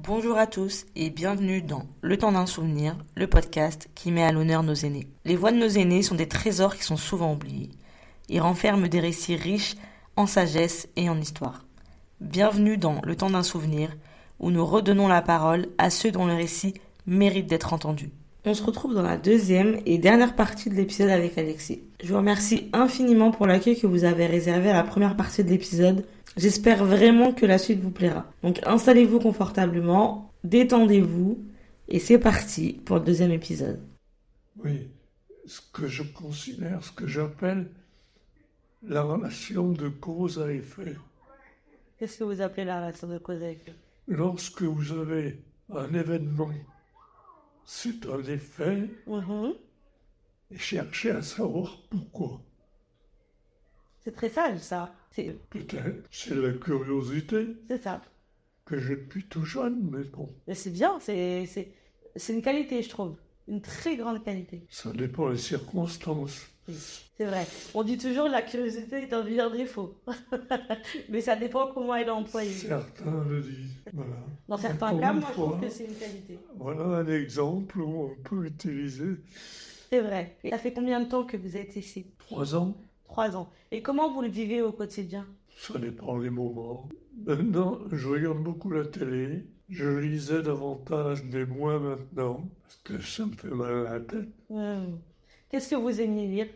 Bonjour à tous et bienvenue dans Le temps d'un souvenir, le podcast qui met à l'honneur nos aînés. Les voix de nos aînés sont des trésors qui sont souvent oubliés. Ils renferment des récits riches en sagesse et en histoire. Bienvenue dans Le temps d'un souvenir, où nous redonnons la parole à ceux dont le récit mérite d'être entendu. On se retrouve dans la deuxième et dernière partie de l'épisode avec Alexis. Je vous remercie infiniment pour l'accueil que vous avez réservé à la première partie de l'épisode. J'espère vraiment que la suite vous plaira. Donc installez-vous confortablement, détendez-vous et c'est parti pour le deuxième épisode. Oui, ce que je considère, ce que j'appelle la relation de cause à effet. Qu'est-ce que vous appelez la relation de cause à effet Lorsque vous avez un événement, c'est un effet, et cherchez à savoir pourquoi. C'est très sage ça. C'est Peut-être c'est la curiosité c'est ça. que j'ai depuis tout jeune, mais bon, Mais c'est bien, c'est c'est- c'est une qualité, je trouve. Une très grande qualité. ça dépend des circonstances. C'est vrai. On dit toujours la curiosité est un vilain défaut. Mais ça dépend comment elle est employée. Certains le disent. Voilà. Dans certains Encore cas, une moi, je trouve fois, hein. que c'est une qualité. Voilà un exemple où on peut utiliser C'est vrai. Et ça fait combien de temps que vous êtes ici trois ans. Trois ans. Et comment vous le vivez au quotidien Ça dépend des moments. Maintenant, je regarde beaucoup la télé. Je lisais davantage, mais moins maintenant, parce que ça me fait mal à la tête. Hmm. Qu'est-ce que vous aimez lire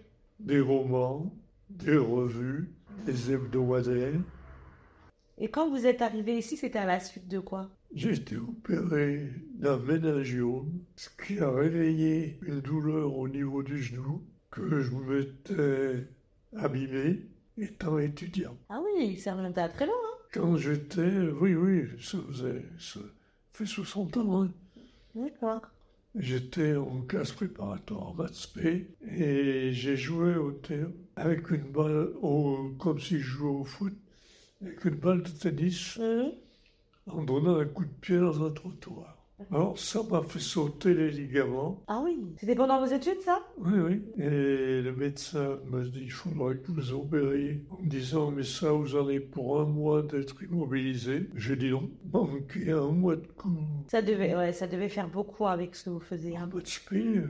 Des romans, des revues, des hebdomadaires. Et quand vous êtes arrivé ici, c'était à la suite de quoi J'ai été opéré d'un méningiome, ce qui a réveillé une douleur au niveau du genou que je m'étais abîmé étant étudiant. Ah oui, ça remonte à très loin. Quand j'étais, oui, oui, ça faisait, ça fait 60 ans, hein. D'accord. J'étais en classe préparatoire maths P et j'ai joué au terre avec une balle au- comme si je jouais au foot avec une balle de tennis Hmm. en donnant un coup de pied dans un trottoir. Alors ça m'a fait sauter les ligaments. Ah oui. C'était pendant vos études, ça Oui, oui. Et le médecin m'a dit, il faudrait que vous opériez. En me disant, mais ça, vous en avez pour un mois d'être immobilisé. J'ai dit non. Manquer un mois de coup. Ça devait, ouais, ça devait faire beaucoup avec ce que vous faisiez. hein. Maths P,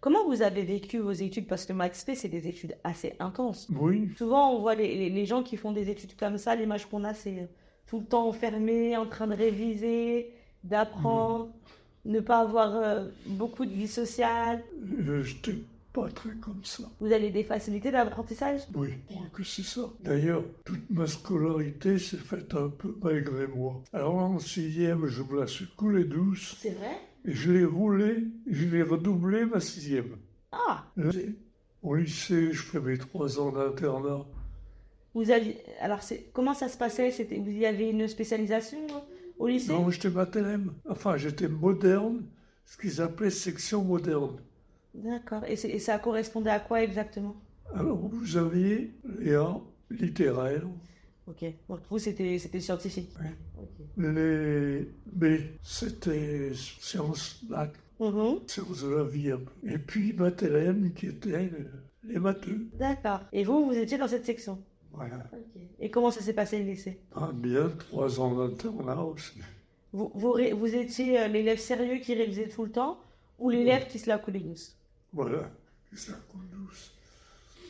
Comment vous avez vécu vos études Parce que Max P, c'est des études assez intenses. oui. Souvent, on voit les, les- les gens qui font des études comme ça, l'image qu'on a, c'est tout le temps enfermé, en train de réviser, d'apprendre, ne pas avoir euh, beaucoup de vie sociale. Euh, J'étais pas très comme ça. Vous avez des facilités d'apprentissage Oui, je crois que c'est ça. D'ailleurs, toute ma scolarité s'est faite un peu malgré moi. Alors en sixième, je me la suis coulée douce C'est vrai et je l'ai roulée, je l'ai redoublée ma sixième. Ah Là, Au lycée, je fais mes trois ans d'internat. Vous aviez... Alors, c'est... comment ça se passait C'était... Vous y avez une spécialisation hein, au lycée Non, j'étais maternelle. Enfin, j'étais moderne, ce qu'ils appelaient section moderne. D'accord. Et, c'est- et ça correspondait à quoi exactement Alors vous aviez les A littéraires, Ok. Donc, vous, c'était, c'était scientifique. Ouais. Ok. les B c'était sciences nat, Mhm. sciences de la vie un peu. Et puis Mathelem qui était euh, les matheux. D'accord. Et vous, vous étiez dans cette section Voilà. Et comment ça s'est passé le lycée Ah bien, trois ans d'internat aussi. Vous, vous, ré- vous étiez euh, l'élève sérieux qui révisait tout le temps ou l'élève qui se la coulait douce Voilà, ça coule douce.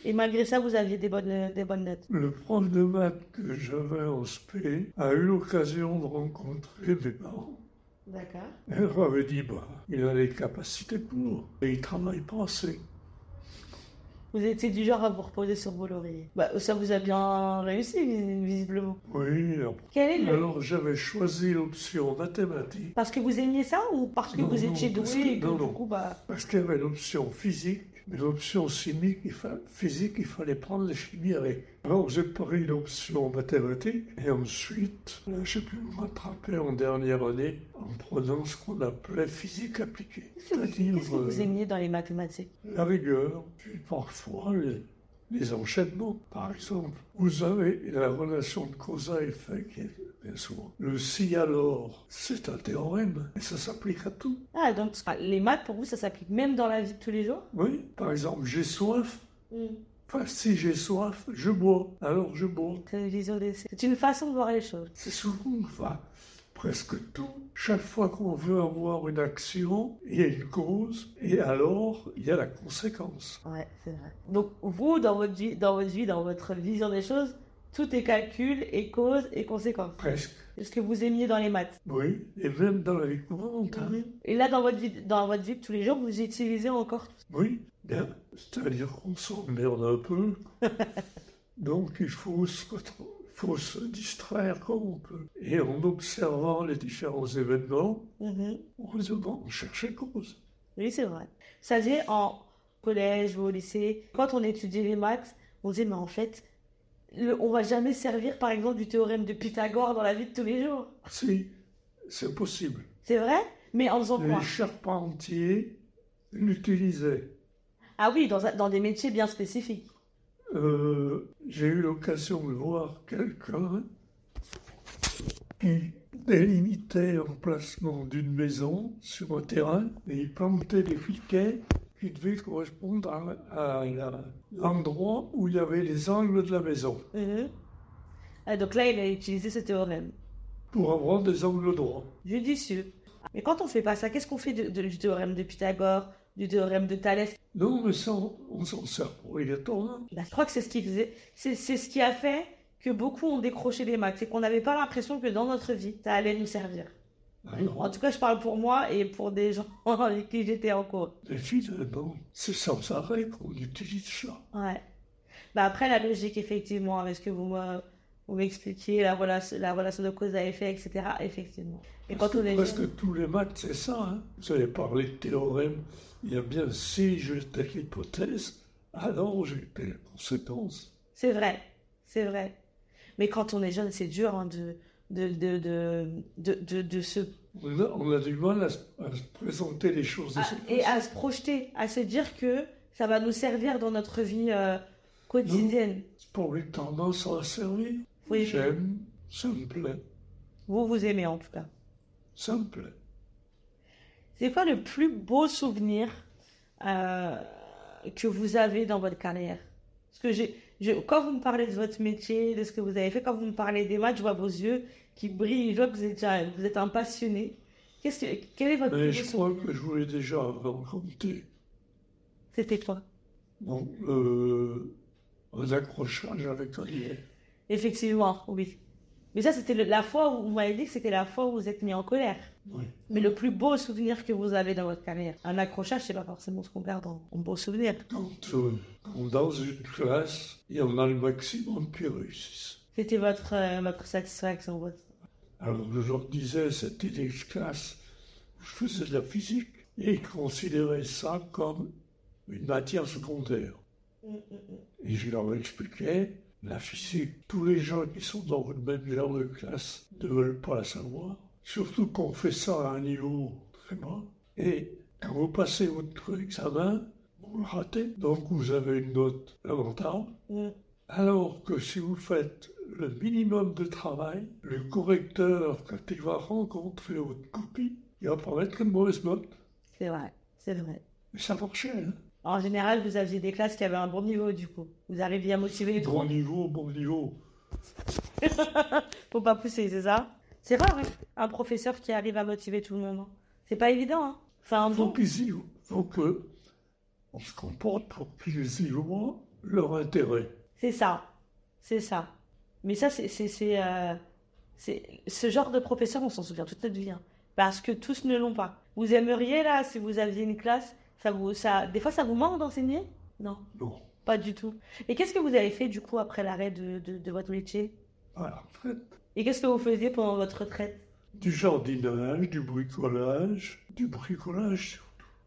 Et malgré ça, vous aviez des bonnes, euh, des bonnes notes. Le prof de maths que j'avais en SP a eu l'occasion de rencontrer mes parents. D'accord. Elle m'avait dit, bah, il a les capacités pour, et il travaille pas assez. Vous étiez du genre à vous reposer sur vos lauriers. Bah, ça vous a bien réussi, vis- visiblement. Oui, alors- Quel est le... alors j'avais choisi l'option mathématiques, Parce que vous aimiez ça ou parce que Non, vous non, étiez doué parce que- et que non, du non. coup, bah... parce qu'il y avait l'option physique, mais l'option chimique, il fa- physique, il fallait prendre la chimie avec. Alors j'ai pris l'option mathématiques, et ensuite, là, j'ai pu me rattraper en dernière année en prenant ce qu'on appelait physique appliquée, Qu'est-ce que vous- c'est-à-dire qu'est-ce que vous euh, aimiez dans les mathématiques la rigueur, puis parfois les, les enchaînements. Par exemple, vous avez la relation de cause à effet qui est bien souvent. Le si alors, c'est un théorème, et ça s'applique à tout. Ah, donc ah, les maths, pour vous, ça s'applique même dans la vie de tous les jours Oui, par exemple, j'ai soif. Enfin, si j'ai soif, je bois. Alors je bois. C'est une vision des- c'est une façon de voir les choses. C'est souvent, enfin, presque tout. Chaque fois qu'on veut avoir une action, il y a une cause, et alors il y a la conséquence. Ouais, c'est vrai. Donc, vous, dans votre, vie, dans votre vie, dans votre vision des choses, tout est calcul et cause et conséquence. Presque. C'est ce que vous aimiez dans les maths. Oui, et même dans la vie courante. hein. Et là, dans votre vie, dans votre vie de tous les jours, vous utilisez encore. Oui, bien. C'est-à-dire qu'on s'emmerde un peu. Donc il faut se, retro- faut se distraire comme on peut. Et en observant les différents événements, Mhm. on se demande, on cherche les causes. Oui, c'est vrai. Ça dit en collège ou au lycée, quand on étudiait les maths, on disait, mais en fait, le- on va jamais servir, par exemple, du théorème de Pythagore dans la vie de tous les jours. Si, c'est possible. C'est vrai? Mais en faisant quoi? Les charpentiers l'utilisaient. Ah oui, dans, un- dans des métiers bien spécifiques. Euh, j'ai eu l'occasion de voir quelqu'un qui délimitait l'emplacement d'une maison sur un terrain et il plantait des piquets qui devaient correspondre à, à la- l'endroit où il y avait les angles de la maison Mhm. Ah, donc là, il a utilisé ce théorème. pour avoir des angles droits. Judicieux. Mais quand on fait pas ça, qu'est-ce qu'on fait de- de- du théorème de Pythagore, du théorème de Thalès? Non, mais ça, on s'en sert pour les tournages. Bah, je crois que c'est ce qui faisait, c'est, c'est ce qui a fait que beaucoup ont décroché les maths. C'est qu'on n'avait pas l'impression que dans notre vie, ça allait nous servir. En tout cas, je parle pour moi et pour des gens avec qui j'étais en cours. Mais finalement, c'est sans arrêt qu'on utilise ça. Ouais. Bah après, la logique, effectivement, avec ce que vous me- vous m'expliquiez, la relation, la relation de cause à effet, etc., effectivement. Et quand Parce que on est presque jeune- tous les maths, c'est ça. hein. Vous avez parlé de théorème. Il y a bien si j'étais l'hypothèse, alors j'étais la conséquence. C'est vrai, c'est vrai. Mais quand on est jeune, c'est dur hein, de, de, de, de, de, de- de se... On a, on a du mal à, se- à se présenter les choses. de à- cette Ah, et façon. à se projeter, à se dire que ça va nous servir dans notre vie euh, quotidienne. C'est Pour les tendances à servir, Oui, j'aime, ça me plaît, vous vous aimez en tout cas. ça me plaît. C'est quoi le plus beau souvenir euh, que vous avez dans votre carrière? Parce que j'ai, je- quand vous me parlez de votre métier, de ce que vous avez fait, quand vous me parlez des maths, je vois vos yeux qui brillent, je vois que vous êtes, un- vous êtes un passionné. Qu'est-ce que, quel est votre Mais plus beau je crois que je vous l'ai déjà raconté. souvenir C'était quoi? Donc, euh, un accrochage avec un lien. Effectivement, oui. Mais ça, c'était le- la fois où vous m'avez dit que c'était la fois où vous êtes mis en colère. Oui. Mais le plus beau souvenir que vous avez dans votre carrière, un accrochage, c'est pas forcément ce qu'on perd en, en beau souvenir. Quand euh, on est dans une classe, et on a le maximum qui réussissent. C'était votre, euh, votre satisfaction, votre... Alors je leur disais, c'était des classes où je faisais de la physique et ils considéraient ça comme une matière secondaire. Mm, Et je leur expliquais, la physique, tous les gens qui sont dans le même genre de classe ne veulent pas la savoir, surtout qu'on fait ça à un niveau très bas. Et quand vous passez votre examen, vous le ratez, donc vous avez une note lamentable. Mm. Alors que si vous faites le minimum de travail, le correcteur, quand il va rencontrer votre copie, il va pas mettre une mauvaise note. C'est vrai, c'est vrai. Mais ça marchait, hein. En général, vous aviez des classes qui avaient un bon niveau, du coup. Vous arriviez à motiver les Bon troupes. niveau, bon niveau. Faut pas pousser, c'est ça? C'est rare, hein, un professeur qui arrive à motiver tout le monde. hein. C'est pas évident, hein. C'est un Faut don. qu'ils y faut que on se comporte pour qu'ils y voient leur intérêt. C'est ça. C'est ça. Mais ça, c'est, c'est, c'est, euh, c'est- ce genre de professeur, on s'en souvient toute notre vie. hein. Parce que tous ne l'ont pas. Vous aimeriez, là, si vous aviez une classe, ça vous, ça, des fois, ça vous manque d'enseigner? Non, Non. pas du tout. Et qu'est-ce que vous avez fait, du coup, après l'arrêt de, de, de votre métier? Voilà. En fait, Et qu'est-ce que vous faisiez pendant votre retraite? du jardinage, du bricolage, du bricolage,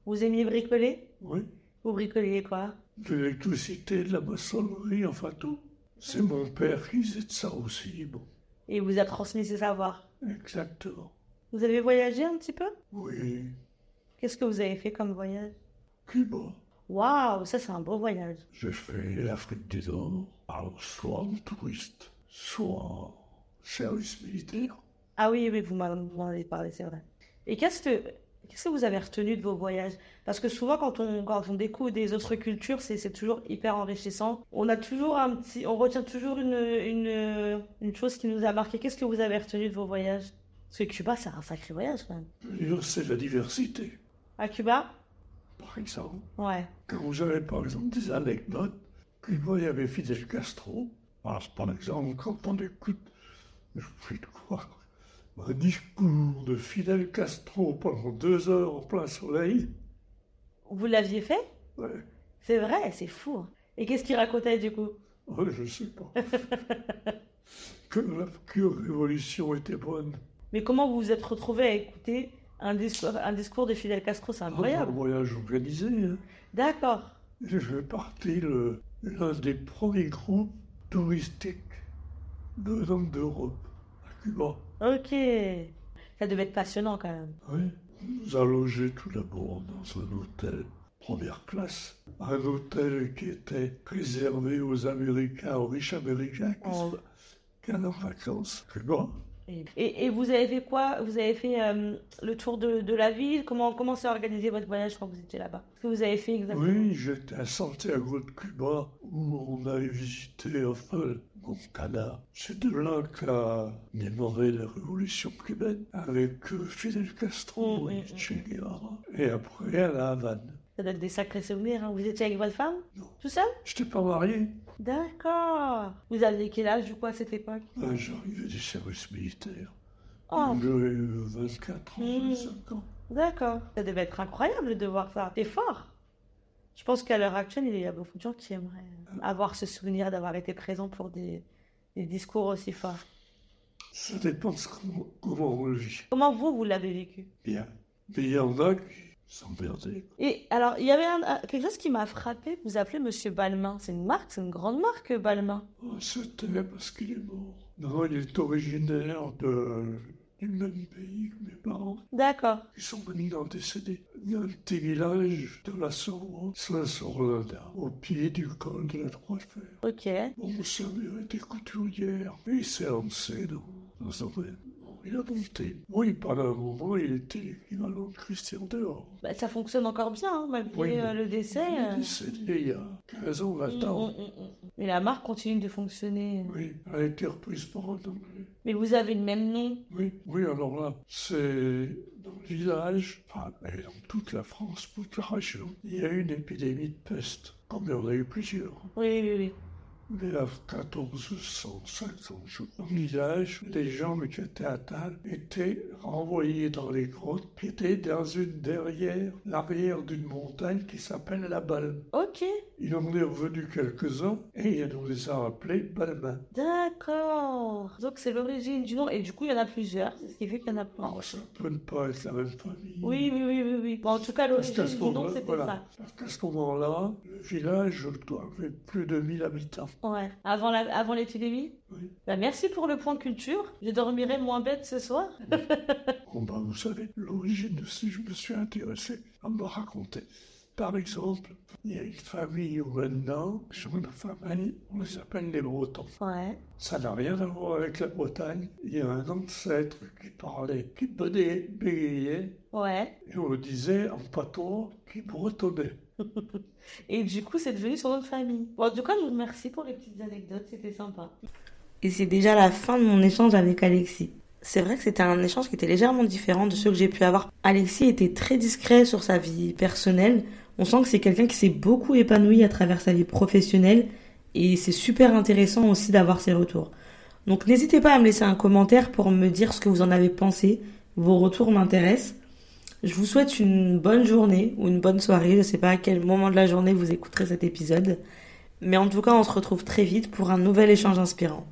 Vous aimiez bricoler? oui. Vous bricoliez quoi? de l'électricité, de la maçonnerie, enfin tout. C'est mon père qui faisait de ça aussi, bon. Et il vous a transmis ce savoir. Exactement. Vous avez voyagé un petit peu? Oui, Qu'est-ce que vous avez fait comme voyage? Cuba. Waouh, ça, c'est un beau voyage. J'ai fait l'Afrique du Nord, alors soit en touriste, soit en service militaire. Ah oui, oui, vous m'en vous m'en avez parlé, c'est vrai. Et qu'est-ce que, qu'est-ce que vous avez retenu de vos voyages? Parce que souvent, quand on, quand on découvre des autres cultures, c'est, c'est toujours hyper enrichissant. On a toujours un petit, on retient toujours une, une, une chose qui nous a marqué. Qu'est-ce que vous avez retenu de vos voyages? Parce que Cuba, c'est un sacré voyage quand même. Je veux dire, C'est la diversité. À Cuba Par exemple, Ouais. quand vous avez par exemple des anecdotes, puis moi, il y avait Fidel Castro. Ah, Alors, par exemple, quand on écoute, je prie de quoi Bah, un discours de Fidel Castro pendant deux heures en plein soleil, Vous l'aviez fait ouais, C'est vrai, c'est fou. hein. Et qu'est-ce qu'il racontait du coup ouais, je sais pas. que la que la révolution était bonne. Mais comment vous vous êtes retrouvé à écouter un discours, un discours de Fidel Castro C'est Un Ah, incroyable. voyage organisé. hein. D'accord. Je partis le l'un des premiers groupes touristiques de donc d'Europe à Cuba. Ok. Ça devait être passionnant quand même. Oui. On Nous a logés tout d'abord dans un hôtel première classe, un hôtel qui était réservé aux Américains, aux riches Américains qui Oh. sont qui allaient en vacances à Cuba. Et, et vous avez fait quoi? Vous avez fait euh, le tour de, de la ville? Comment, comment s'est organisé votre voyage quand vous étiez là-bas? Qu'est-ce que vous avez fait exactement? Oui, j'étais à Santiago de Cuba où on avait visité enfin Montana. C'est de là qu'a démarré la révolution cubaine avec euh, Fidel Castro Mm, et mm, mm, Che Guevara. Et après à la Havane. Ça donne des sacrés souvenirs, hein. Vous étiez avec votre femme? Non. Tout seul? J'étais pas marié. D'accord. Vous aviez quel âge du coup à cette époque? Ben, J'arrivais du service militaire. Oh, J'avais euh, 24 ans, Mm. 25 ans. d'accord. Ça devait être incroyable de voir ça. C'est fort. Je pense qu'à l'heure actuelle, il y a beaucoup de gens qui aimeraient avoir ce souvenir d'avoir été présent pour des, des discours aussi forts. Ça dépend de ce qu'on- comment on le vit. Comment vous, vous l'avez vécu? Bien. Mais il y en a qui s'emmerdaient. Et alors, il y avait un- un- quelque chose qui m'a frappé. Vous appelez Monsieur Balmain. C'est une marque, c'est une grande marque, Balmain. Oh, C'était parce qu'il est mort. Non, il est originaire de, du même pays que mes parents. D'accord. Ils sont maintenant décédés. Il y a un petit village de la Sorande, Saint-Sorlanda, au pied du col de la Trois-Fers. Ok. Mon sa mère était couturière et il s'est lancé dans, dans ce domaine. Bon, il a monté. Oui, pendant un moment, il était l'équivalent de Christian dehors. Bah, ça fonctionne encore bien, hein, malgré Oui, mais- euh, le décès. Il euh. est décédé il y a 15 ans, 20 ans. Mm, mm, mm, mm. Mais la marque continue de fonctionner. Oui, elle a été reprise par un anglais. Mais vous avez le même nom. Oui, oui, alors là, c'est dans le village, enfin, et dans toute la France, toute la région, il y a eu une épidémie de peste. Comme il y en a eu plusieurs. Oui, oui, oui. Mais à 1450, je crois, dans le village, les gens qui étaient à table étaient renvoyés dans les grottes, qui étaient dans une derrière, l'arrière d'une montagne qui s'appelle la Balme. Ok. Il en est revenu quelques-uns et il nous les a appelés Balmain. D'accord. Donc, c'est l'origine du nom. Et du coup, il y en a plusieurs. C'est ce qui fait qu'il y en a plus. Alors, Ah, ça peut ne pas être la même famille. Oui, oui, oui, oui, oui. Bon, en tout cas, Parce l'origine qu'à ce du nom, moment-là, c'était hein, voilà. Parce qu'à ce moment-là, le village avait plus de 1000 habitants. ça. Ouais. Avant la, avant l'épidémie. Oui. Bah, merci pour le point culture. Je dormirai moins bête ce soir. Bon, ben, vous savez, l'origine de ce je me suis intéressé à me raconter. Par exemple, il y a une famille au Rwanda, sur une famille, on les appelle les Bretons. Ouais. Ça n'a rien à voir avec la Bretagne. Il y a un ancêtre qui parlait, qui bégayait- bégayait, Ouais. et on le disait en patois, qui bretonnait. Et du coup, c'est devenu son nom de famille. Bon, en tout cas, je vous remercie pour les petites anecdotes. C'était sympa. Et c'est déjà la fin de mon échange avec Alexis. C'est vrai que c'était un échange qui était légèrement différent de ceux que j'ai pu avoir. Alexis était très discret sur sa vie personnelle. On sent que c'est quelqu'un qui s'est beaucoup épanoui à travers sa vie professionnelle et c'est super intéressant aussi d'avoir ses retours. Donc n'hésitez pas à me laisser un commentaire pour me dire ce que vous en avez pensé. Vos retours m'intéressent. Je vous souhaite une bonne journée ou une bonne soirée. Je ne sais pas à quel moment de la journée vous écouterez cet épisode. Mais en tout cas, on se retrouve très vite pour un nouvel échange inspirant.